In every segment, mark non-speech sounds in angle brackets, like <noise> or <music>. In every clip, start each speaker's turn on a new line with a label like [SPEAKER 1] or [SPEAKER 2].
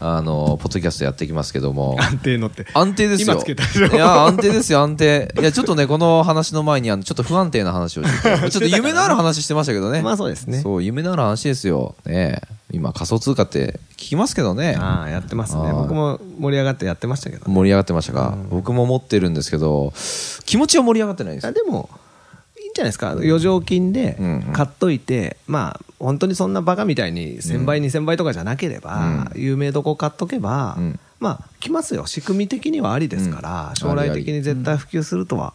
[SPEAKER 1] あの、ポッドキャストやっていきますけども、
[SPEAKER 2] 安定のって
[SPEAKER 1] 安定ですよ。
[SPEAKER 2] 今つけたでしょ
[SPEAKER 1] い <laughs> や、安定ですよ、安定。いや、ちょっとね、この話の前に、あの、ちょっと不安定な話を
[SPEAKER 2] <laughs>
[SPEAKER 1] してて、ちょっと夢のある話してましたけどね。
[SPEAKER 2] まあそうですね
[SPEAKER 1] そう、夢のある話ですよ。ね今、仮想通貨って聞きますけどね。
[SPEAKER 2] ああやってます
[SPEAKER 1] あ
[SPEAKER 2] ね
[SPEAKER 1] ー
[SPEAKER 2] 僕も盛り上がってやってましたけど、
[SPEAKER 1] 盛り上がってましたか、僕も持ってるんですけど、気持ちは盛り上がってないです
[SPEAKER 2] あ。でもいいんじゃないですか余剰金で
[SPEAKER 1] うんうん
[SPEAKER 2] 買っといて、まあ本当にそんなバカみたいに1000倍、2000倍とかじゃなければ、有名どこ買っとけば、
[SPEAKER 1] うん
[SPEAKER 2] まあ来ますよ仕組み的にはありですから、
[SPEAKER 1] うん
[SPEAKER 2] 将来的に絶対普及するとは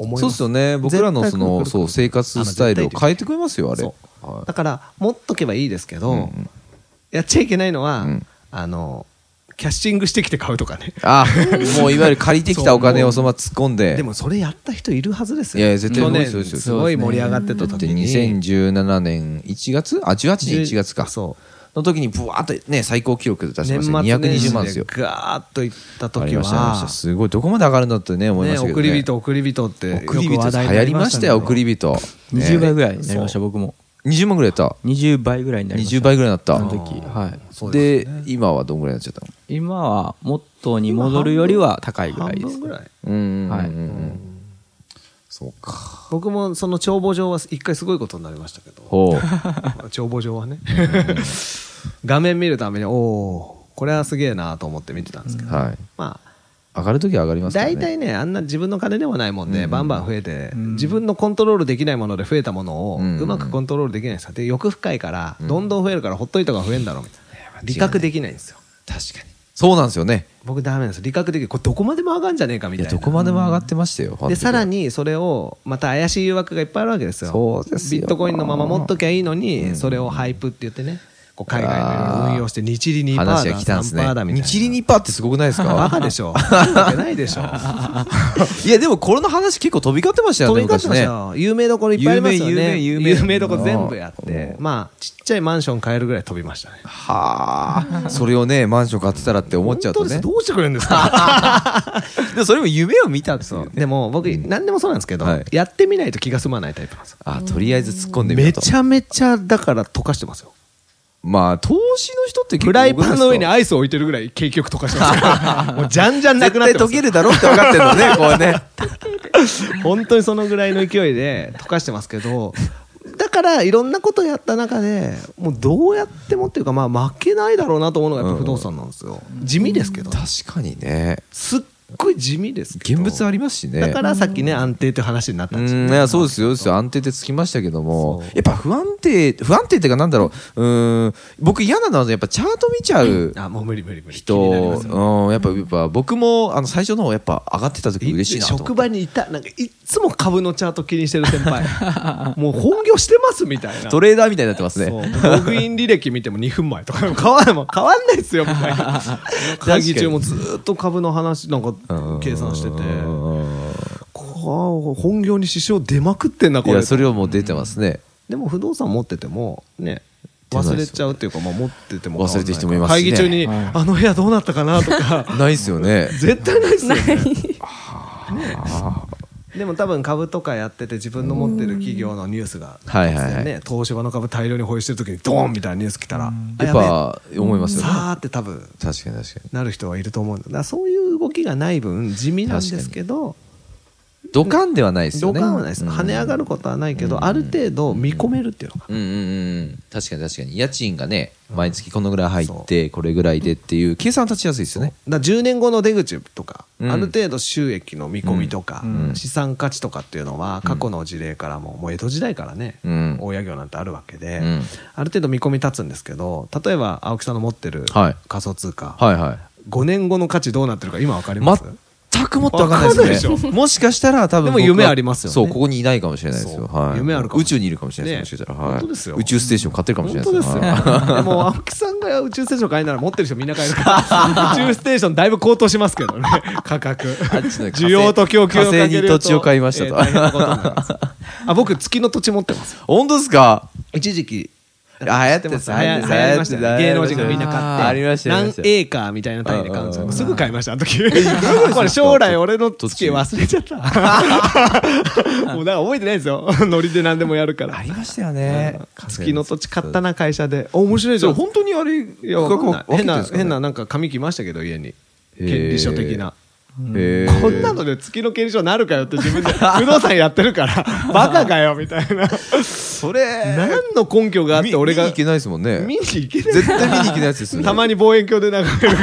[SPEAKER 2] 思い
[SPEAKER 1] そう
[SPEAKER 2] ま
[SPEAKER 1] ですすよね。僕らのその、
[SPEAKER 2] 絶対来る来る来る
[SPEAKER 1] そう、生活スタイルを変えてくれますよ、あれ。
[SPEAKER 2] そう
[SPEAKER 1] はい
[SPEAKER 2] だから持っとけばいいですけど、
[SPEAKER 1] んうん
[SPEAKER 2] やっちゃいけないのは、
[SPEAKER 1] うん
[SPEAKER 2] あのキャッシングしてきて買うとかね
[SPEAKER 1] あ、もういわゆる借りてきたお金をそのまま突っ込んで。
[SPEAKER 2] でもそれやった人いるはずです
[SPEAKER 1] い
[SPEAKER 2] よ
[SPEAKER 1] やいや、絶対
[SPEAKER 2] 去
[SPEAKER 1] そうで
[SPEAKER 2] 年
[SPEAKER 1] すよそうですよ
[SPEAKER 2] すごい盛り上がってた
[SPEAKER 1] だって
[SPEAKER 2] 時に
[SPEAKER 1] 2017年1月あ、18年1月か。
[SPEAKER 2] そう
[SPEAKER 1] の時にブワーッとね、最高記録で出し
[SPEAKER 2] 年
[SPEAKER 1] まし
[SPEAKER 2] 末
[SPEAKER 1] た。
[SPEAKER 2] 年
[SPEAKER 1] 220
[SPEAKER 2] 始
[SPEAKER 1] 万です
[SPEAKER 2] で
[SPEAKER 1] よ。
[SPEAKER 2] ガーッといった
[SPEAKER 1] あ
[SPEAKER 2] 時
[SPEAKER 1] りましたありました
[SPEAKER 2] は
[SPEAKER 1] すごい、どこまで上がるんだってね、思いま
[SPEAKER 2] ね
[SPEAKER 1] したけど
[SPEAKER 2] 送
[SPEAKER 1] ね。
[SPEAKER 2] り人送り人ってよく
[SPEAKER 1] 送り人
[SPEAKER 2] 話題に
[SPEAKER 1] 流
[SPEAKER 2] な
[SPEAKER 1] 行
[SPEAKER 2] り
[SPEAKER 1] り
[SPEAKER 2] ま
[SPEAKER 1] ま
[SPEAKER 2] し
[SPEAKER 1] したた
[SPEAKER 2] けど
[SPEAKER 1] よ、送り人。
[SPEAKER 3] 20倍
[SPEAKER 1] ね
[SPEAKER 3] ぐらいになりました、僕も。
[SPEAKER 1] 20万ぐらいやった。
[SPEAKER 3] 20倍ぐらいになりました。
[SPEAKER 1] 20倍ぐらいになった。
[SPEAKER 3] あの時。はい。
[SPEAKER 1] で今はどんぐらいになっちゃったの
[SPEAKER 3] 今は、元に戻るよりは高いぐらいで
[SPEAKER 2] 半
[SPEAKER 3] す
[SPEAKER 2] 分。ぐらい
[SPEAKER 1] うんうんうんうん。
[SPEAKER 3] はい
[SPEAKER 1] そうか。
[SPEAKER 2] 僕もその帳簿上は一回すごいことになりましたけど
[SPEAKER 1] ほう。
[SPEAKER 2] <laughs> 帳簿上はね <laughs> 画面見るためにおおこれはすげえなと思って見てたんですけど、
[SPEAKER 1] はい。
[SPEAKER 2] まあ
[SPEAKER 1] 上がる時は上がりますからね。
[SPEAKER 2] 大体ねあんな自分の金でもないもんで、バンバン増えて、自分のコントロールできないもので増えたものを、う
[SPEAKER 1] うんうん
[SPEAKER 2] まくコントロールできないんですよで欲深いから、どんどん増えるからほっといた方が増えんだろうみたいな理覚できないんですよ
[SPEAKER 1] 確かに。そうなんですよね。
[SPEAKER 2] 僕ダメなんです理覚できないこれどこまでも上がんじゃねえかみ
[SPEAKER 1] い
[SPEAKER 2] たい
[SPEAKER 1] や、
[SPEAKER 2] な
[SPEAKER 1] どこまでも上がってましたよ。
[SPEAKER 2] でさら
[SPEAKER 1] に。
[SPEAKER 2] にそれをまた怪しい誘惑がいっぱいあるわけですよ
[SPEAKER 1] そうですよ
[SPEAKER 2] ビットコインのまま持っときゃいいのに、それをハイプって言ってねこう海外の運用して日利2%だ
[SPEAKER 1] 話が来たんですね
[SPEAKER 2] 3%だみ。たいな
[SPEAKER 1] 日利2%ってすごくないです
[SPEAKER 2] <laughs> バカ
[SPEAKER 1] か
[SPEAKER 2] でしょなわけないでしょ
[SPEAKER 1] いや、でもこれの話結構飛び交ってましたよ
[SPEAKER 2] 飛
[SPEAKER 1] ね、
[SPEAKER 2] び交ってましたよ、有名どころいっぱいありますよね
[SPEAKER 1] 有名有名有名
[SPEAKER 2] どころ全部やっ
[SPEAKER 1] う
[SPEAKER 2] てまあちっちゃいマンション買えるぐらい飛びましたね
[SPEAKER 1] 昔ねはあ。それをね、マンション買ってたらって思っちゃうとね。
[SPEAKER 2] どうしてくれるんですか
[SPEAKER 1] でもそれも夢を見たんですよね。
[SPEAKER 2] でも僕何でもそうなんですけど、
[SPEAKER 1] はい
[SPEAKER 2] やってみないと気が済まないタイプなんですよ
[SPEAKER 1] あ、とりあえず突っ込んでみ
[SPEAKER 2] め
[SPEAKER 1] ると。
[SPEAKER 2] ちゃめちゃだから溶かしてますよ
[SPEAKER 1] まあ、投資の人って結構
[SPEAKER 2] フライパンの上に
[SPEAKER 1] あ
[SPEAKER 2] アイスを置いてるぐらい結局溶かしてます <laughs> からもうじゃんじゃんなく
[SPEAKER 1] 絶
[SPEAKER 2] なっ
[SPEAKER 1] 対
[SPEAKER 2] てま
[SPEAKER 1] 溶
[SPEAKER 2] す
[SPEAKER 1] けるだろうって分かってるの
[SPEAKER 2] <laughs>
[SPEAKER 1] ね、こうね。
[SPEAKER 2] 本当にそのぐらいの勢いで溶かしてますけどだからいろんなことやった中でもうどうやってもっていうかまあ負けないだろうなと思うのがやっぱ不動産なんですよ、地味ですけど
[SPEAKER 1] 確かにね。
[SPEAKER 2] すっごい地味ですけ
[SPEAKER 1] 現
[SPEAKER 2] ど
[SPEAKER 1] 物ありますしね。
[SPEAKER 2] だからさっきね安定という話になった
[SPEAKER 1] うん
[SPEAKER 2] ですよ
[SPEAKER 1] ん、いやそうですよ、そうですよ安定ってつきましたけども
[SPEAKER 2] そう、
[SPEAKER 1] やっぱ不安定、不安定っていうか、なんだろう、うーん、僕、嫌なのは、やっぱチャート見ちゃう
[SPEAKER 2] あもう無理無理無理気になり
[SPEAKER 1] 人、
[SPEAKER 2] ますよ
[SPEAKER 1] うん、やっぱ、やっぱ僕もあの最初の方、やっぱ上がってた時嬉しいなと思って
[SPEAKER 2] 職場にいたなんかいっつも株のチャート気にしてる先輩もう本業してますみ <laughs> たいな
[SPEAKER 1] トレーダーみたいになってます
[SPEAKER 2] そう
[SPEAKER 1] ね。
[SPEAKER 2] ログイン履歴見ても2分前とか <laughs> 変わんもう変わんないです <laughs> よみたいな会議中もずーっと株の話なんか計算しててこう本業に支障出まくってんないこれ
[SPEAKER 1] や、それはもう出てますね。
[SPEAKER 2] でも不動産持っててもね
[SPEAKER 1] 出ない
[SPEAKER 2] 忘
[SPEAKER 1] で
[SPEAKER 2] れ
[SPEAKER 1] すよね
[SPEAKER 2] ちゃうっていうか、まあ、持ってても変わん
[SPEAKER 1] 忘
[SPEAKER 2] ない
[SPEAKER 1] れてる人もいますしね
[SPEAKER 2] 会議中に、あの部屋どうなったかなとか
[SPEAKER 1] ないですよね。
[SPEAKER 2] 絶対ないですよねでも多分株とかやってて自分の持ってる企業のニュースが、
[SPEAKER 1] はいはいはい
[SPEAKER 2] ね、東芝の株大量に保有してる時にドーンみたいなニュース来たら、あ
[SPEAKER 1] やっ
[SPEAKER 2] やべえ
[SPEAKER 1] ぱ、思いますよね。
[SPEAKER 2] さーって多分
[SPEAKER 1] 確かに確か
[SPEAKER 2] なる人はいると思うんだだからそういう動きがない分地味なんですけど
[SPEAKER 1] に。土管ではないですよね。
[SPEAKER 2] 同感はないです、
[SPEAKER 1] うん
[SPEAKER 2] 跳ね上がることはないけど、ある程度見込めるっていうのか、
[SPEAKER 1] うんうんうん、確かに確かに家賃がね毎月このぐらい入ってこれぐらいでっていう計算立ちやすいですよね
[SPEAKER 2] だから10年後の出口とか、
[SPEAKER 1] うん
[SPEAKER 2] ある程度収益の見込みとか、
[SPEAKER 3] うん
[SPEAKER 2] 資産価値とかっていうのは過去の事例からも、もう江戸時代からね、
[SPEAKER 1] うん
[SPEAKER 2] 大家業なんてあるわけで、
[SPEAKER 1] うん
[SPEAKER 2] ある程度見込み立つんですけど例えば青木さんの持ってる
[SPEAKER 1] はい
[SPEAKER 2] 仮想通貨、
[SPEAKER 1] はいはい
[SPEAKER 2] 5年後の価値どうなってるか今わかります、
[SPEAKER 1] 全くもってわかんないです
[SPEAKER 2] わ
[SPEAKER 1] ね
[SPEAKER 2] かんないでしょ
[SPEAKER 1] もしかしたら多分僕は
[SPEAKER 2] でも夢ありますよね
[SPEAKER 1] そうここにいないかもしれないですよ、
[SPEAKER 2] そう
[SPEAKER 1] はい、
[SPEAKER 2] 夢あるかも
[SPEAKER 1] 宇宙にいるかもしれないです、
[SPEAKER 2] ね
[SPEAKER 1] もしかしたら、はい、
[SPEAKER 2] 本当ですよ
[SPEAKER 1] 宇宙ステーション買ってるかもしれ
[SPEAKER 2] 本
[SPEAKER 1] ない
[SPEAKER 2] 当
[SPEAKER 1] で
[SPEAKER 2] ですすよ。
[SPEAKER 1] はい
[SPEAKER 2] <laughs> でも青木さんが宇宙ステーション買いなら持ってる人みんな買える
[SPEAKER 1] <laughs>
[SPEAKER 2] から、宇宙ステーションだいぶ高騰しますけどね、価格。
[SPEAKER 1] あっちの火星
[SPEAKER 2] 需要と供給をかけ
[SPEAKER 1] 火
[SPEAKER 2] ると
[SPEAKER 1] 星に土地を買いましたと
[SPEAKER 2] えー大変なことになりますあ僕月の土地持ってます
[SPEAKER 1] 本当ですか
[SPEAKER 2] 一時期
[SPEAKER 1] あ流行って
[SPEAKER 2] 流
[SPEAKER 1] ま
[SPEAKER 2] 行
[SPEAKER 1] す
[SPEAKER 2] 流行りましたよね芸能人がみんな買って
[SPEAKER 1] ありましたよありま
[SPEAKER 2] 何エ
[SPEAKER 1] したよ
[SPEAKER 2] ーカーみたいな単位で買うんです
[SPEAKER 1] うんう
[SPEAKER 2] よ
[SPEAKER 1] ん
[SPEAKER 2] すぐ買いましたあの時これ将来俺の月忘れちゃったもうなんか覚えてないですよ <laughs> ノリで何でもやるから
[SPEAKER 1] ありましたよね
[SPEAKER 2] 月の土地買ったな会社でお面白いじゃん本当にあれいやわかんない
[SPEAKER 1] 価格分けて
[SPEAKER 2] 変
[SPEAKER 1] ん
[SPEAKER 2] な
[SPEAKER 1] ですかね
[SPEAKER 2] 変ななんか紙来ましたけど家に
[SPEAKER 1] へ
[SPEAKER 2] 権
[SPEAKER 1] ー
[SPEAKER 2] 利書的な
[SPEAKER 1] へー
[SPEAKER 2] こんなので月の権利書なるかよって自
[SPEAKER 1] <laughs>
[SPEAKER 2] 分で不動産やってるからバカかよみたいな
[SPEAKER 1] それ
[SPEAKER 2] 何の根拠があって俺が
[SPEAKER 1] 見に行けないですもんね
[SPEAKER 2] 見に行けない
[SPEAKER 1] 絶対見に行けないやつですよね
[SPEAKER 2] たまに望遠鏡で眺めるか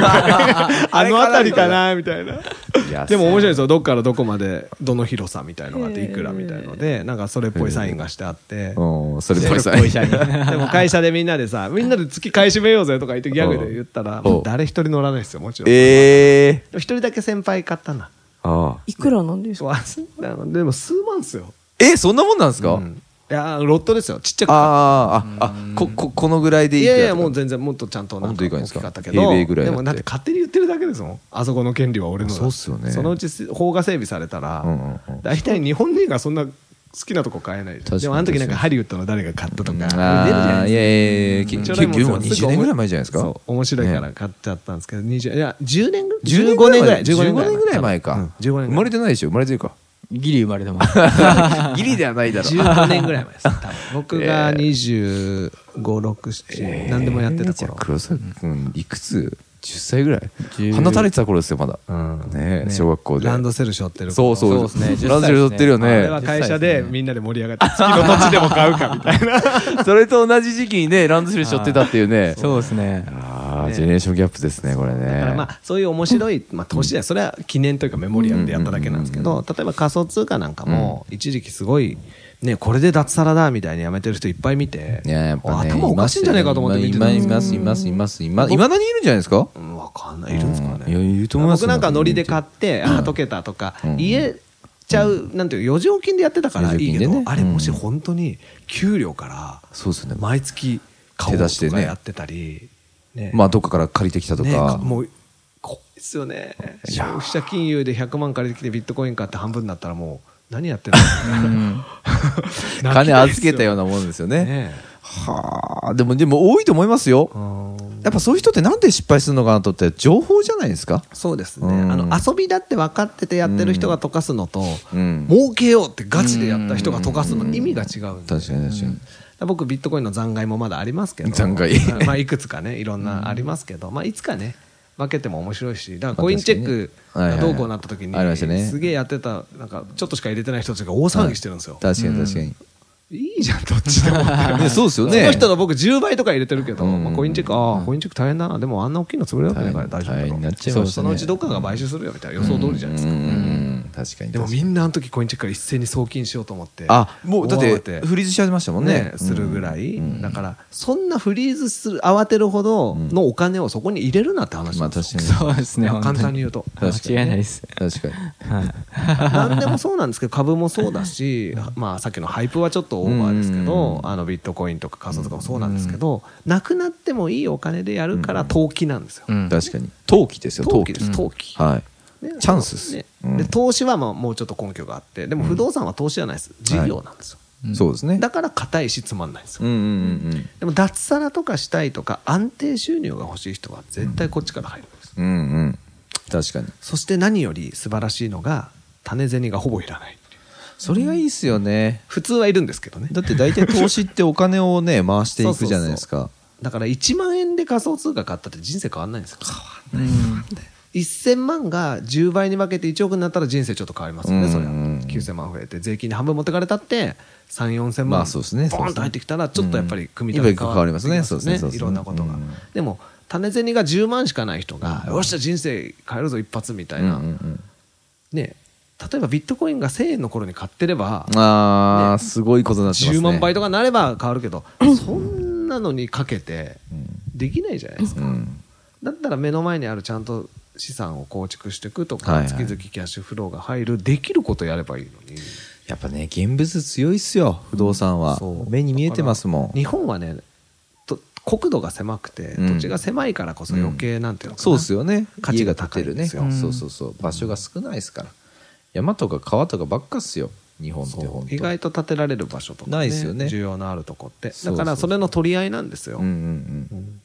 [SPEAKER 1] <laughs>
[SPEAKER 2] らねあの辺りかなみたいない
[SPEAKER 1] や
[SPEAKER 2] でも面白いですよどっからどこまでどの広さみたいのがあっていくらみたいのでなんかそれっぽいサインがしてあって
[SPEAKER 1] うんそれっぽい
[SPEAKER 2] そ
[SPEAKER 1] さ
[SPEAKER 2] れっぽい社員でも会社でみんなで
[SPEAKER 1] <laughs>
[SPEAKER 2] さみんなで月買い占めようぜとか言ってギャグで言ったら
[SPEAKER 1] うん
[SPEAKER 2] もう誰一人乗らないですよもちろん
[SPEAKER 1] ええ
[SPEAKER 2] 一人だけ先輩買ったな
[SPEAKER 1] ああ
[SPEAKER 4] いくらなんですか
[SPEAKER 2] そうあのでも数万っすよ
[SPEAKER 1] えそんなもんなんですか、
[SPEAKER 2] うんいやーロットですよちっちゃく買っ
[SPEAKER 1] あーああこここのぐらいで
[SPEAKER 2] た
[SPEAKER 1] い
[SPEAKER 2] い
[SPEAKER 1] いくら
[SPEAKER 2] や
[SPEAKER 1] と
[SPEAKER 2] い
[SPEAKER 1] か
[SPEAKER 2] やもう全然もっとちゃんと
[SPEAKER 1] も
[SPEAKER 2] なん
[SPEAKER 1] っ
[SPEAKER 2] か
[SPEAKER 1] といいかで
[SPEAKER 2] 大
[SPEAKER 1] す
[SPEAKER 2] き
[SPEAKER 1] か
[SPEAKER 2] かったけど
[SPEAKER 1] 英米ぐらいだって
[SPEAKER 2] でもだって勝手に言ってるだけですもんあそこの権利は俺のだ
[SPEAKER 1] そうっすよね
[SPEAKER 2] そのうち法が整備されたら
[SPEAKER 1] うんうんうん
[SPEAKER 2] 大体日本人がそんな好きなとこ買えない
[SPEAKER 1] 確かに
[SPEAKER 2] でもあの時なんかハリウッドの誰が買ったとか出る
[SPEAKER 1] あ
[SPEAKER 2] じゃな
[SPEAKER 1] あ
[SPEAKER 2] い
[SPEAKER 1] いやい
[SPEAKER 2] ですか
[SPEAKER 1] やいや結局でも20年ぐらい前じゃないですか
[SPEAKER 2] そう面白いか
[SPEAKER 1] ね
[SPEAKER 2] ら買っちゃったんですけど、20いや10年ぐ
[SPEAKER 1] 15
[SPEAKER 2] 15
[SPEAKER 1] 年ぐ
[SPEAKER 2] 年ぐ
[SPEAKER 1] ら
[SPEAKER 2] ら
[SPEAKER 1] い
[SPEAKER 2] い
[SPEAKER 1] 15年ぐらい前か、
[SPEAKER 2] うん15年
[SPEAKER 1] 生まれてないでしょ生まれてる
[SPEAKER 2] <laughs>
[SPEAKER 1] か
[SPEAKER 3] ギリ生まれてます。
[SPEAKER 1] ギリではないだろ
[SPEAKER 2] 15年ぐらい前です多分僕
[SPEAKER 1] <laughs>
[SPEAKER 2] が2 5 6 7何で <laughs> もやってた
[SPEAKER 1] じゃあ黒
[SPEAKER 2] 頃、
[SPEAKER 1] 崎君いくつ10歳ぐらい
[SPEAKER 3] 10
[SPEAKER 1] 放たれてた頃ですよまだ、
[SPEAKER 2] うん
[SPEAKER 1] ねえ小学校で
[SPEAKER 2] ランドセルしょってる
[SPEAKER 1] そうそう
[SPEAKER 3] そうですね
[SPEAKER 1] ランドセル取ってるよ
[SPEAKER 2] あれ
[SPEAKER 1] ね
[SPEAKER 2] は会社でみんなで盛り上がって月
[SPEAKER 1] <laughs>
[SPEAKER 2] の土地でも買うかみたいな
[SPEAKER 1] それと同じ時期にねランドセル背負ってたっていうね
[SPEAKER 3] そうですね。
[SPEAKER 1] ああジェネレーションギャップですねこれ
[SPEAKER 2] だからま
[SPEAKER 1] ね
[SPEAKER 2] あそういう面白い、まあ、年でそれは記念というかメモリアルでやっただけなんですけど例えば仮想通貨なんかも一時期すごい、ね、これで脱サラだみたいにやめてる人いっぱい見て、
[SPEAKER 1] いややっぱね
[SPEAKER 2] 頭おかしいんじゃないかと思って見てた
[SPEAKER 1] 今
[SPEAKER 2] んです
[SPEAKER 1] い
[SPEAKER 2] よ
[SPEAKER 1] ますいますいますいますいまだにいるんじゃないですか
[SPEAKER 2] うんわかんないいるんですかね、
[SPEAKER 1] うんいやいると思いますよ
[SPEAKER 2] 僕なんかノリで買って、ああ溶けたとか、
[SPEAKER 1] うん
[SPEAKER 2] 言えちゃうなんていう余剰金でやってたからいい
[SPEAKER 1] 余剰金
[SPEAKER 2] け
[SPEAKER 1] で
[SPEAKER 2] ど、
[SPEAKER 1] ね
[SPEAKER 2] あれもし本当に給料か
[SPEAKER 1] そうですね
[SPEAKER 2] ら毎月買おう
[SPEAKER 1] 手出し
[SPEAKER 2] と
[SPEAKER 1] て
[SPEAKER 2] か
[SPEAKER 1] ね
[SPEAKER 2] やってたり、ね
[SPEAKER 1] まあどっかから借りてきたと
[SPEAKER 2] ね
[SPEAKER 1] か
[SPEAKER 2] もう怖いですよね消費者金融で100万借りてきてビットコイン買って半分になったらもう何やってるの <laughs>
[SPEAKER 1] 金預けたよう
[SPEAKER 2] な
[SPEAKER 1] なもんですよ
[SPEAKER 2] ね
[SPEAKER 1] ねはあでもでも多いと思いますよ
[SPEAKER 2] うん
[SPEAKER 1] やっぱそういう人ってなんで失敗するのかなとって情報じゃないですか
[SPEAKER 2] そうですね、
[SPEAKER 1] うん
[SPEAKER 2] あの遊びだって分かっててやってる人が溶かすのと、
[SPEAKER 1] うん
[SPEAKER 2] 儲けようってガチでやった人が溶かすの意味が違うんで、
[SPEAKER 1] 確かに確かに
[SPEAKER 2] 僕ビットコインの残骸もまだありますけど
[SPEAKER 1] 残骸
[SPEAKER 2] まあまあいくつかねいろんなありますけど、まあいつかね分けても面白いしだからコインチェック
[SPEAKER 1] まあ確かにね
[SPEAKER 2] がどうこうなった時に、
[SPEAKER 1] はいはいはいありましたね
[SPEAKER 2] すげえやってたなんかちょっとしか入れてない人たちが大騒ぎしてるんですよ、
[SPEAKER 1] 確かに確かに、
[SPEAKER 2] い、いじゃんどっちでもって
[SPEAKER 1] <laughs> ねそうですよね
[SPEAKER 2] その人の僕10倍とか入れてるけど、
[SPEAKER 1] うん
[SPEAKER 2] まあ、コインチェックああコインチェック大変だなでもあんな大きいの潰れるわけだから大丈夫
[SPEAKER 1] 大
[SPEAKER 2] だろ
[SPEAKER 1] 変
[SPEAKER 2] う
[SPEAKER 1] になっちゃいましたね
[SPEAKER 2] そうそのうちどっかが買収するよみたいな予想通りじゃないですか、
[SPEAKER 1] うんうんうん確かに
[SPEAKER 2] でもみんなあの時コインチェックから一斉に送金しようと思って
[SPEAKER 1] あもうだっ
[SPEAKER 2] 大
[SPEAKER 1] て
[SPEAKER 2] 慌て
[SPEAKER 1] フリーズしちゃいましたもんね
[SPEAKER 2] ね、するぐらい、
[SPEAKER 1] うん
[SPEAKER 2] だからそんなフリーズする慌てるほどのお金をそこに入れるなって話
[SPEAKER 1] まあ
[SPEAKER 2] なんで
[SPEAKER 1] 確
[SPEAKER 2] す
[SPEAKER 1] か
[SPEAKER 2] よ、
[SPEAKER 1] に
[SPEAKER 3] そうですね。
[SPEAKER 2] いや簡単に言う
[SPEAKER 3] う。
[SPEAKER 2] と
[SPEAKER 3] 間違いないです。
[SPEAKER 1] 確かに
[SPEAKER 3] はい。
[SPEAKER 2] 何でもそうなんですけど株もそうだし、
[SPEAKER 1] <laughs>
[SPEAKER 2] まあ、さっきのハイプはちょっとオーバーですけ
[SPEAKER 1] うんうん
[SPEAKER 2] ど
[SPEAKER 1] う、ん
[SPEAKER 2] あのビットコインとか仮想とかもそうなんですけど、なくなってもいいお金でやるから投機なんですよ、
[SPEAKER 3] うん。
[SPEAKER 1] 確かに投機ですよ
[SPEAKER 2] 投機です
[SPEAKER 1] 投
[SPEAKER 2] 投機、
[SPEAKER 1] 機はい
[SPEAKER 2] ね
[SPEAKER 1] チャンスっす
[SPEAKER 2] ね
[SPEAKER 1] うん
[SPEAKER 2] で投資はまあもうちょっと根拠があってでも不動産は投資じゃないです事業なんですよ、
[SPEAKER 1] そうですね
[SPEAKER 2] だから硬いしつまんないんですよ、
[SPEAKER 1] うんうんうん
[SPEAKER 2] でも脱サラとかしたいとか安定収入が欲しい人は絶対こっちから入るんです、
[SPEAKER 1] うんうんうん確かに
[SPEAKER 2] そして何より素晴らしいのが種銭がほぼいらない
[SPEAKER 1] それがいいっすよね
[SPEAKER 2] 普通はいるんですけどね
[SPEAKER 1] だって大体投資ってお金をね回していくじゃないです
[SPEAKER 2] そう
[SPEAKER 1] か
[SPEAKER 2] そうそうだから1万円で仮想通貨買ったって人生変わんないんですよ変わんない変わんない1000万が10倍に分けて1億になったら人生ちょっと変わりますよ
[SPEAKER 1] うん
[SPEAKER 2] ね、それは9000万増えて、税金に半分持ってかれたって、3、4000万、
[SPEAKER 1] まあそうですね
[SPEAKER 2] ボーンと入ってきたら、ちょっとやっぱり組み
[SPEAKER 1] うん
[SPEAKER 2] 立て
[SPEAKER 1] 今変わりますね
[SPEAKER 2] 変わってき
[SPEAKER 1] そうですねそうですね
[SPEAKER 2] いろんなことが
[SPEAKER 1] うん。
[SPEAKER 2] でも、種銭が10万しかない人が、よっしゃ、人生変えるぞ、一発みたい
[SPEAKER 1] うんう
[SPEAKER 2] な、
[SPEAKER 1] ん
[SPEAKER 2] ね、例えばビットコインが1000円の頃に買ってれば
[SPEAKER 1] う、んああすごいことになってますね
[SPEAKER 2] 10万倍とかなれば変わ
[SPEAKER 1] <laughs>
[SPEAKER 2] るけど、そんなのにかけて、できないじゃないですか。
[SPEAKER 1] うん
[SPEAKER 2] だったら目の前にあるちゃんと資産を構築していくと
[SPEAKER 1] はい
[SPEAKER 2] か、
[SPEAKER 1] はい
[SPEAKER 2] 月々キャッシュフローが入る、できることやればいいのに。
[SPEAKER 1] やっぱね現物強いっすよ不動産は
[SPEAKER 2] そう
[SPEAKER 1] 目に見えてますもん
[SPEAKER 2] 日本はね、と国土が狭くて、
[SPEAKER 1] うん
[SPEAKER 2] 土地が狭いからこそ余計なんていうのかな。
[SPEAKER 1] そうっす
[SPEAKER 2] よ。
[SPEAKER 1] よね価
[SPEAKER 2] 価値
[SPEAKER 1] 値
[SPEAKER 2] が
[SPEAKER 1] が立
[SPEAKER 2] 高
[SPEAKER 1] て
[SPEAKER 2] いん
[SPEAKER 1] る
[SPEAKER 2] で
[SPEAKER 1] ね
[SPEAKER 2] すよ
[SPEAKER 1] そうそうそう場所が少ないですから山とか川とかばっかっすよ日本って本当
[SPEAKER 2] 意外と建てられる場所とか、
[SPEAKER 1] ないっすよね
[SPEAKER 2] 需要のあるとこって。
[SPEAKER 1] そ
[SPEAKER 2] だ
[SPEAKER 1] うそう
[SPEAKER 2] からそれの取り合いなんですよ。
[SPEAKER 1] うんうんうん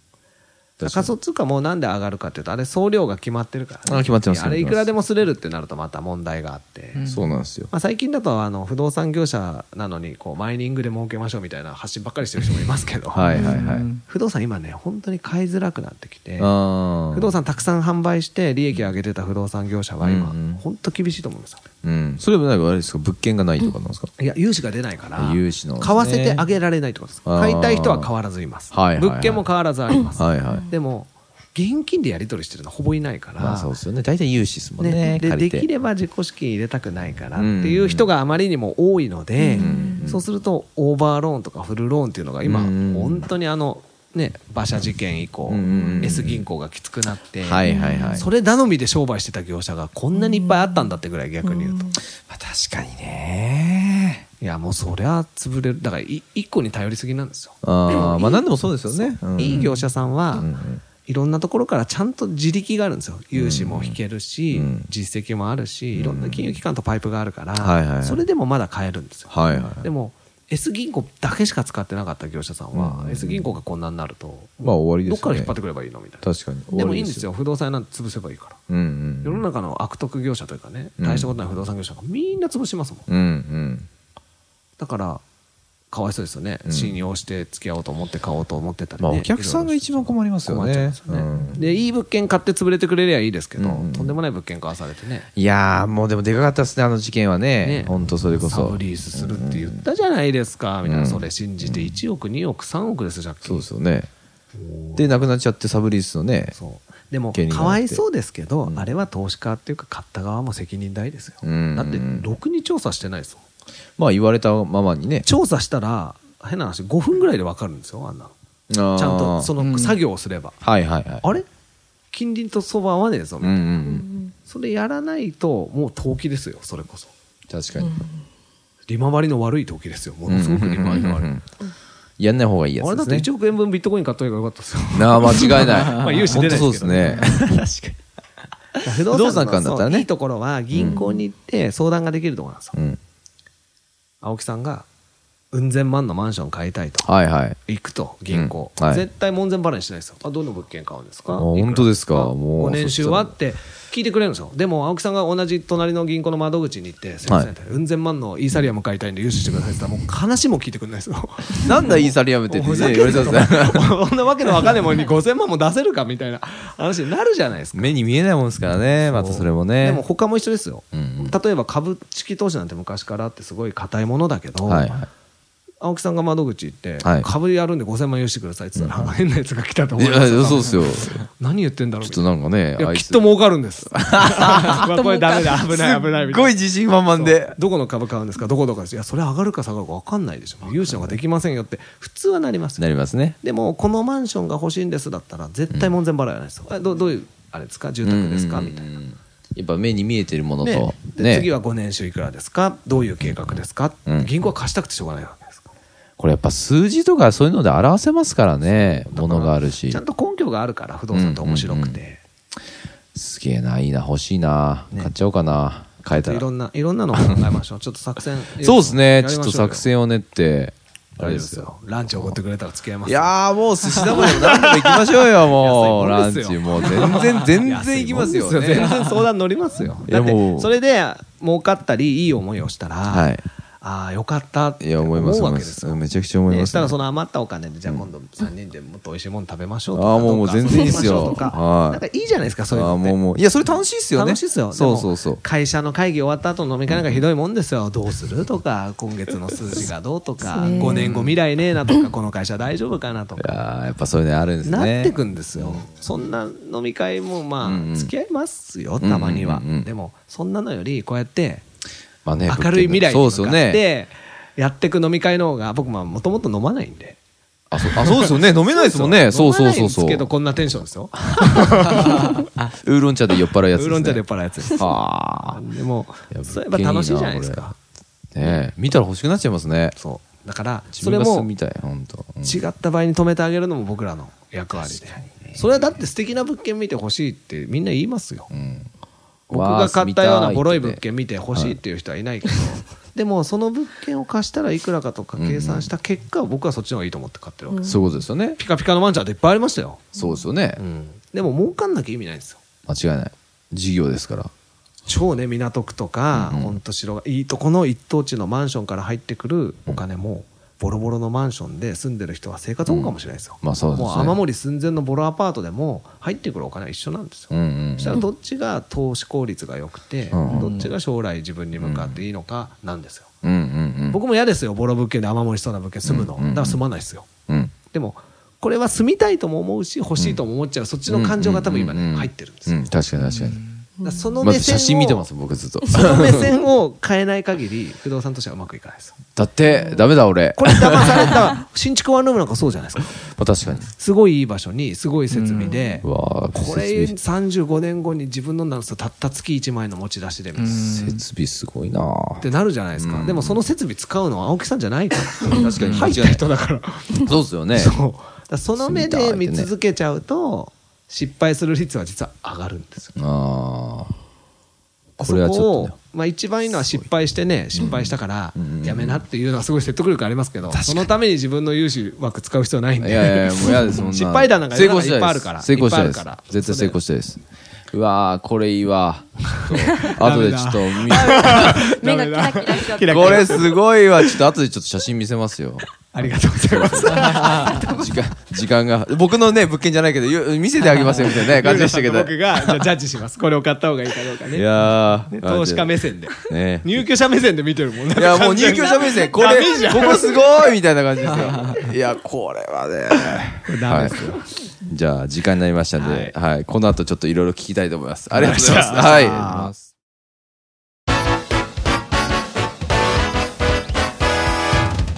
[SPEAKER 2] だから仮想通貨もなんで上がるかっていうと、あれ送料が決まってるから、
[SPEAKER 1] あ決まってます
[SPEAKER 2] あれいくらでもすれるってなるとまた問題があって。
[SPEAKER 3] うん
[SPEAKER 1] そうなんですよ
[SPEAKER 2] まあ、最近だとあの不動産業者なのにこうマイニングで儲けましょうみたいな発信ばっかりしてる人もいますけど、
[SPEAKER 1] はいはいはい
[SPEAKER 3] うん
[SPEAKER 2] 不動産今ね本当に買いづらくなってきて
[SPEAKER 1] あー
[SPEAKER 2] 不動産たくさん販売して利益を上げてた不動産業者は今、
[SPEAKER 1] うんうん
[SPEAKER 2] 本当厳しいと思いますよ
[SPEAKER 1] うんそれもなんかあれですか物件がないとかなんですか
[SPEAKER 2] いや融資が出ないから
[SPEAKER 1] 融資のですね
[SPEAKER 2] 買わせてあげられないってことです
[SPEAKER 1] あー
[SPEAKER 2] 買いたい人は変わらずいます、
[SPEAKER 1] はいはいはい
[SPEAKER 2] 物件も変わらずあります、
[SPEAKER 1] はいはい
[SPEAKER 2] でも現金でやり取りしてるのほぼいないから、
[SPEAKER 1] まあそうですよね大体融資ですもんね
[SPEAKER 2] ね、で
[SPEAKER 1] 借
[SPEAKER 2] で
[SPEAKER 1] りて
[SPEAKER 2] きれば自己資金入れたくないからって
[SPEAKER 1] うん
[SPEAKER 2] いう人があまりにも多いので、
[SPEAKER 1] うん
[SPEAKER 2] そうするとオーバーローンとかフルローンっていうのが今、
[SPEAKER 1] うん
[SPEAKER 2] 本当にあの、ね、馬車事件以降、
[SPEAKER 1] うんうんうん
[SPEAKER 2] S 銀行がきつくなって、
[SPEAKER 1] はいはいはい
[SPEAKER 2] それ頼みで商売してた業者がこんなにいっぱいあったんだってぐらい逆に言うと、
[SPEAKER 1] まあ確かにね
[SPEAKER 2] いやもうそりゃ潰れるだからい一個に頼りすぎなんですよ。
[SPEAKER 1] ああまあ何でもそうですよねうん
[SPEAKER 2] いい業者さんは、
[SPEAKER 1] うんうん
[SPEAKER 2] いろんなところからちゃんと自力があるんですよ融資も引けるし、
[SPEAKER 1] うん
[SPEAKER 2] 実績もあるし、いろんな金融機関とパイプがあるから、
[SPEAKER 1] はいはいはい
[SPEAKER 2] それでもまだ買えるんですよ、
[SPEAKER 1] はいはい
[SPEAKER 2] でも S 銀行だけしか使ってなかった業者さんは、
[SPEAKER 1] うん
[SPEAKER 2] S 銀行がこんなになると、
[SPEAKER 1] まあ終わりですよ
[SPEAKER 2] ど
[SPEAKER 1] ね
[SPEAKER 2] っから引っ張ってくればいいのみたいな
[SPEAKER 1] 確かに
[SPEAKER 2] でもいいんです
[SPEAKER 1] よ
[SPEAKER 2] よ不動産屋なんて潰せばいいから、
[SPEAKER 1] うんうん
[SPEAKER 2] 世の中の悪徳業者というかね
[SPEAKER 1] うん
[SPEAKER 2] 大したことない不動産業者がみんな潰しますもん
[SPEAKER 1] うんうん
[SPEAKER 2] だからかわいそうですよね、
[SPEAKER 1] うん
[SPEAKER 2] 信用して付き合おうと思って買おうと思ってたり、ね
[SPEAKER 1] まあお客さんが一番困りますよ
[SPEAKER 2] 困っちゃうん
[SPEAKER 1] ね
[SPEAKER 2] ですよねでいい物件買って潰れてくれりゃいいですけど、
[SPEAKER 1] うんうん
[SPEAKER 2] とんでもない物件買わされてね
[SPEAKER 1] いやーもうでもでかかったですねあの事件は
[SPEAKER 2] ね
[SPEAKER 1] ね本当それこ
[SPEAKER 2] サ
[SPEAKER 1] そ
[SPEAKER 2] ブリースするって言ったじゃないですかみたいな、
[SPEAKER 1] うん
[SPEAKER 2] それ信じて1億2億3億です借
[SPEAKER 1] そう
[SPEAKER 2] 金
[SPEAKER 1] ですよねでなくなっちゃってサブリースのね
[SPEAKER 2] そうでも
[SPEAKER 1] 権利が
[SPEAKER 2] か
[SPEAKER 1] あって
[SPEAKER 2] わいそうですけど、あれは投資家っていうか買った側も責任大ですよ、
[SPEAKER 1] うん
[SPEAKER 2] だってろくに調査してないですよ
[SPEAKER 1] まあ言われたままにね
[SPEAKER 2] 調査したら変な話5分ぐらいで分かるんですよあんなの
[SPEAKER 1] ちゃん
[SPEAKER 2] ちゃんとそ
[SPEAKER 1] の
[SPEAKER 2] の作業をすれば、
[SPEAKER 1] はいはいはい
[SPEAKER 2] あれ近隣と相場合わねえぞみ
[SPEAKER 1] う
[SPEAKER 2] た
[SPEAKER 1] ん
[SPEAKER 2] いな、
[SPEAKER 1] うんうん
[SPEAKER 2] それやらないともう投機ですよそれこそ
[SPEAKER 1] 確かに
[SPEAKER 2] 利回りの悪い時ですよ、ものすごく利回りの悪
[SPEAKER 1] うん
[SPEAKER 2] い。
[SPEAKER 1] うんやんない方がいいや
[SPEAKER 2] あれ
[SPEAKER 1] つ
[SPEAKER 2] だ
[SPEAKER 1] で
[SPEAKER 2] っ
[SPEAKER 1] す
[SPEAKER 2] て
[SPEAKER 1] ね
[SPEAKER 2] 1億円分ビットコイン買っとけばよかったですよ。
[SPEAKER 1] <laughs> なあ間違いない
[SPEAKER 2] <laughs> まあ融資出ないですけど
[SPEAKER 1] 本当そうですね
[SPEAKER 3] 確か
[SPEAKER 2] 不
[SPEAKER 1] 動産館だったらね
[SPEAKER 2] いいところは銀行に行って相談ができるところなんですよ。
[SPEAKER 1] うん
[SPEAKER 2] 青木さんが、うん千万のマンション買いたいと。
[SPEAKER 1] はいはい
[SPEAKER 2] 行くと、銀行。
[SPEAKER 1] うんはい
[SPEAKER 2] 絶対門前払いにしないですよ。あ、どの物件買うんですか
[SPEAKER 1] あ本当ですかもう
[SPEAKER 2] お年収はって聞いてくれるんですよ。でも、青木さんが同じ隣の銀行の窓口に行って、すいません、うん千万のイーサリアム買いたいんで融資してくださいって言ったら、もう話も聞いてくれないで
[SPEAKER 1] <laughs>
[SPEAKER 2] すよ。
[SPEAKER 1] なんだイーサリアムってってね言われそうですね
[SPEAKER 2] そんなわけのわかんないもんに5000万も出せるかみたいな話になるじゃないですか。
[SPEAKER 1] <laughs> 目に見えないもんですからねまたそれもね
[SPEAKER 2] でも他も一緒ですよ、
[SPEAKER 1] うんうん
[SPEAKER 2] 例えば株式投資なんて昔からあってすごい硬いものだけど、
[SPEAKER 1] はいはい
[SPEAKER 2] 青木さんが窓口行って、
[SPEAKER 1] はい
[SPEAKER 2] 株やるんで5000万用意してくださいって言ったら、変なやつが来たと
[SPEAKER 1] い
[SPEAKER 2] 思いま
[SPEAKER 1] や
[SPEAKER 2] すよ
[SPEAKER 1] そうっすよ
[SPEAKER 2] 何言ってんだろう
[SPEAKER 1] ちょ
[SPEAKER 2] み
[SPEAKER 1] ったとな
[SPEAKER 2] いな
[SPEAKER 1] んかね
[SPEAKER 2] いや
[SPEAKER 1] あい
[SPEAKER 2] きっ
[SPEAKER 1] つ
[SPEAKER 2] と儲かるんで
[SPEAKER 1] <laughs>
[SPEAKER 2] す <laughs> うわこれダメだ危ない危な
[SPEAKER 1] す
[SPEAKER 2] いみ
[SPEAKER 1] った
[SPEAKER 2] い
[SPEAKER 1] ごい
[SPEAKER 2] な
[SPEAKER 1] 自信満々で
[SPEAKER 2] どこの株買うんですかどこどこですいやそれ上がるか下がるか分かんないでしょ融資なんかできませんよって普通はなりますよ
[SPEAKER 1] なりますね
[SPEAKER 2] でもこのマンションが欲しいんですだったら絶対門前払いはないですよ、あどどういうあれですか住宅ですか、みたいな。
[SPEAKER 1] やっぱ目に見えてるもの
[SPEAKER 2] で
[SPEAKER 1] と
[SPEAKER 2] で
[SPEAKER 1] ね
[SPEAKER 2] 次は5年収いくらですかどういう計画ですか、
[SPEAKER 1] うん
[SPEAKER 2] 銀行は貸したくてしょうがないわけですから
[SPEAKER 1] これやっぱ数字とかそういうので表せますからねものがあるし
[SPEAKER 2] ちゃんと根拠があるから不動産って面白くて、
[SPEAKER 1] すげえないいな欲しいな買っちゃおうかな変えた
[SPEAKER 2] いろ
[SPEAKER 1] ら
[SPEAKER 2] んないろんなのを考えましょう <laughs> ちょっと作戦
[SPEAKER 1] <laughs> そうです
[SPEAKER 2] や
[SPEAKER 1] ね
[SPEAKER 2] りまし
[SPEAKER 1] ち
[SPEAKER 2] ょ
[SPEAKER 1] ょ
[SPEAKER 2] う
[SPEAKER 1] っ
[SPEAKER 2] よ
[SPEAKER 1] と作戦を練って
[SPEAKER 2] 大丈夫ですよランチおごってくれたら付き合います
[SPEAKER 1] いやーもう寿司玉でも何でも行きましょうよもう
[SPEAKER 2] 安
[SPEAKER 1] ラ
[SPEAKER 2] いもん
[SPEAKER 1] ン
[SPEAKER 2] です
[SPEAKER 1] チ
[SPEAKER 2] よ
[SPEAKER 1] もう全然
[SPEAKER 2] <laughs>
[SPEAKER 1] 全然行きますよ
[SPEAKER 2] 安いもんです
[SPEAKER 1] ね
[SPEAKER 2] 全然相談乗りますよ
[SPEAKER 1] い
[SPEAKER 2] だ
[SPEAKER 1] や
[SPEAKER 2] って
[SPEAKER 1] もう
[SPEAKER 2] それで儲かったりいい思いをしたら、
[SPEAKER 1] はい
[SPEAKER 2] ああよかったっ
[SPEAKER 1] い
[SPEAKER 2] て
[SPEAKER 1] や
[SPEAKER 2] 思
[SPEAKER 1] 思います
[SPEAKER 2] うわ
[SPEAKER 1] 思
[SPEAKER 2] け
[SPEAKER 1] い
[SPEAKER 2] で
[SPEAKER 1] ますす
[SPEAKER 2] よ
[SPEAKER 1] めちゃくちゃ思い
[SPEAKER 2] で
[SPEAKER 1] ま
[SPEAKER 2] し
[SPEAKER 1] す
[SPEAKER 2] た
[SPEAKER 1] ね
[SPEAKER 2] らその余ったお金でじゃあ今度3人でもっと美味しいもの食べましょうと
[SPEAKER 1] あー
[SPEAKER 2] か
[SPEAKER 1] もうもう
[SPEAKER 2] どっか遊び
[SPEAKER 1] 全然いい
[SPEAKER 2] に
[SPEAKER 1] っ
[SPEAKER 2] 行きますし
[SPEAKER 1] よ
[SPEAKER 2] ょうとか
[SPEAKER 1] はい
[SPEAKER 2] なんかいいじゃないですかそういう
[SPEAKER 1] あ
[SPEAKER 2] の
[SPEAKER 1] ー
[SPEAKER 2] って
[SPEAKER 1] もうもういやそれ楽しいっすよね
[SPEAKER 2] 楽しいっすよ
[SPEAKER 1] そうそうそ
[SPEAKER 2] で
[SPEAKER 1] う
[SPEAKER 2] も会社の会議終わった後の飲み会なんかひどいもんですよどうするとか今月の数字がどうとか
[SPEAKER 5] <laughs> そうですね
[SPEAKER 2] 5年後未来ねえなとかこの会社大丈夫かなと
[SPEAKER 1] い
[SPEAKER 2] か
[SPEAKER 1] やーやっぱそういうのあるんですね
[SPEAKER 2] なってくんですよそんな飲み会もま
[SPEAKER 1] うんう
[SPEAKER 2] あ
[SPEAKER 1] ん
[SPEAKER 2] 付き合いますよたまには
[SPEAKER 1] うんうんうん
[SPEAKER 2] でもそんなのよりこうやって
[SPEAKER 1] まあね
[SPEAKER 2] 明るい未来
[SPEAKER 1] そうで
[SPEAKER 2] に向
[SPEAKER 1] すよ
[SPEAKER 2] かっ
[SPEAKER 1] ね
[SPEAKER 2] てやっていく飲み会の方が僕もともと飲まないんで
[SPEAKER 1] あ、そうあ
[SPEAKER 2] <laughs>
[SPEAKER 1] そうですよね。飲めないですもんね。そうそうそうそ
[SPEAKER 2] 飲まないんです
[SPEAKER 1] う。
[SPEAKER 2] けどこんなテンションですよ。
[SPEAKER 1] ウーロン茶で酔っ払う
[SPEAKER 2] ウ
[SPEAKER 1] やつです、ね。
[SPEAKER 2] ーロン茶で酔っ払うやつです。
[SPEAKER 1] はあ。
[SPEAKER 2] でも
[SPEAKER 1] いや
[SPEAKER 2] そういえば楽しいじゃないですか。
[SPEAKER 1] ねえ、見たら欲しくなっちゃいますね。
[SPEAKER 2] そうだから
[SPEAKER 1] 自
[SPEAKER 2] そ
[SPEAKER 1] 分が
[SPEAKER 2] れ
[SPEAKER 1] 住
[SPEAKER 2] も
[SPEAKER 1] みたい、本当。うん
[SPEAKER 2] 違った場合に止めてあげるのも僕らの役割でそれはだって素敵な物件見てほしいってみんな言いますよ
[SPEAKER 1] うん
[SPEAKER 2] 僕
[SPEAKER 1] わあ
[SPEAKER 2] が買ったようなボロい物
[SPEAKER 1] 住
[SPEAKER 2] 件見てほしいっていう人はいないけどでもその物件を貸したらいくらかとか計算した結果僕はそっちの方がいいと思って買ってるわけ
[SPEAKER 1] みたい
[SPEAKER 2] です
[SPEAKER 1] そういうことですよね。
[SPEAKER 2] ピカピカのワンちゃんっていっぱいありましたよ
[SPEAKER 1] そうですよね。
[SPEAKER 2] でも儲かんなきゃ意味ないんですよ
[SPEAKER 1] 間違いない。事業ですから。
[SPEAKER 2] 超ね港区とか本当城がいいとこの一等地のマンションから入ってくるお金もボロボロのマンションで住んでる人は生活保護かもしれないですよ、
[SPEAKER 1] うんまあそうですね
[SPEAKER 2] もう雨漏り寸前のボロアパートでも入ってくるお金は一緒なんですよ、
[SPEAKER 1] うんうん
[SPEAKER 2] そし。たらどっちが投資効率が良くて、
[SPEAKER 1] うん
[SPEAKER 2] どっちが将来自分に向かっていいのかなんですよ、
[SPEAKER 1] うんうん
[SPEAKER 2] 僕も嫌ですよボロ物件で雨漏りしそうな物件住むの、だから住まないですよ
[SPEAKER 1] うん。うん。
[SPEAKER 2] でもこれは住みたいとも思うし欲しいとも思っちゃう、そっちの感情が多分今
[SPEAKER 1] うんうんう
[SPEAKER 2] ね
[SPEAKER 1] ん
[SPEAKER 2] 入ってるんです
[SPEAKER 1] う
[SPEAKER 2] よ、
[SPEAKER 1] ん、確かに確かに。
[SPEAKER 2] だからその
[SPEAKER 1] ま
[SPEAKER 2] 目
[SPEAKER 1] ず
[SPEAKER 2] 線を
[SPEAKER 1] 写真見てます、僕ずっと。
[SPEAKER 2] その目線を変えない限り不動産としてはうまくいかないですよ
[SPEAKER 1] だって、ダメだ俺。
[SPEAKER 2] これ騙された新築ワンルームなんかそうじゃないですか
[SPEAKER 1] まあ確かに。
[SPEAKER 2] すごいいい場所にすごい設備で
[SPEAKER 1] うわあ
[SPEAKER 2] これ
[SPEAKER 1] 設
[SPEAKER 2] 35年後に自分のなんですよたった月1万円の持ち出しでみたいなっ
[SPEAKER 1] 備、設備すごいなあ
[SPEAKER 2] てなるじゃないですかでもその設備使うのは青木さんじゃないから
[SPEAKER 1] 確かに間違
[SPEAKER 2] 入っ
[SPEAKER 1] い
[SPEAKER 2] た
[SPEAKER 1] ない。
[SPEAKER 2] 人だから
[SPEAKER 1] そうですよね。
[SPEAKER 2] そうだからその目
[SPEAKER 1] 住
[SPEAKER 2] で
[SPEAKER 1] みたいって
[SPEAKER 2] 見
[SPEAKER 1] ね
[SPEAKER 2] 続けちゃうと失敗する率は実は上がるんですよ
[SPEAKER 1] ああ。これはちょっとね
[SPEAKER 2] そこをまあ、一番いいのは失敗してね失敗したからやめなっていうのはすごい説得力ありますけど、そのために自分の融資枠使う必要ないんで
[SPEAKER 1] いやいやいや、もう嫌です、そんな。
[SPEAKER 2] 失敗談なんか
[SPEAKER 1] 成功したい
[SPEAKER 2] い
[SPEAKER 1] で
[SPEAKER 2] っ
[SPEAKER 1] す
[SPEAKER 2] ぱいあるから
[SPEAKER 1] 成功したいで
[SPEAKER 2] いっ
[SPEAKER 1] す
[SPEAKER 2] ぱいあるか。ら
[SPEAKER 1] 絶対成功したいです。うわー、これいいわ。あとでちょっと見、
[SPEAKER 4] 目がキラキラしちゃって。
[SPEAKER 1] これすごいわ。ちょっと後でちょっと写真見せますよ。
[SPEAKER 2] ありがとうございます
[SPEAKER 1] 時間、時間が。僕のね、物件じゃないけど、ゆ見せてあげますよ、みたいなね感じでしたけど。
[SPEAKER 2] 僕がじゃあジャッジしますこれを買った方がいいかどうか
[SPEAKER 1] い
[SPEAKER 2] ね
[SPEAKER 1] やー。
[SPEAKER 2] 投資家目線で
[SPEAKER 1] ね
[SPEAKER 2] 入居者目線で見てるもんね
[SPEAKER 1] いや、もう入居者目線、こ
[SPEAKER 2] ダ
[SPEAKER 1] れ
[SPEAKER 2] メじ、ゃん
[SPEAKER 1] ここすごいみたいな感じですよ。いや、これはね。
[SPEAKER 2] ダメですよ、
[SPEAKER 1] はいじゃあ、時間になりましたんで、はい。この後ちょっといろいろ聞きたいと思います。ありがとうございます。はい。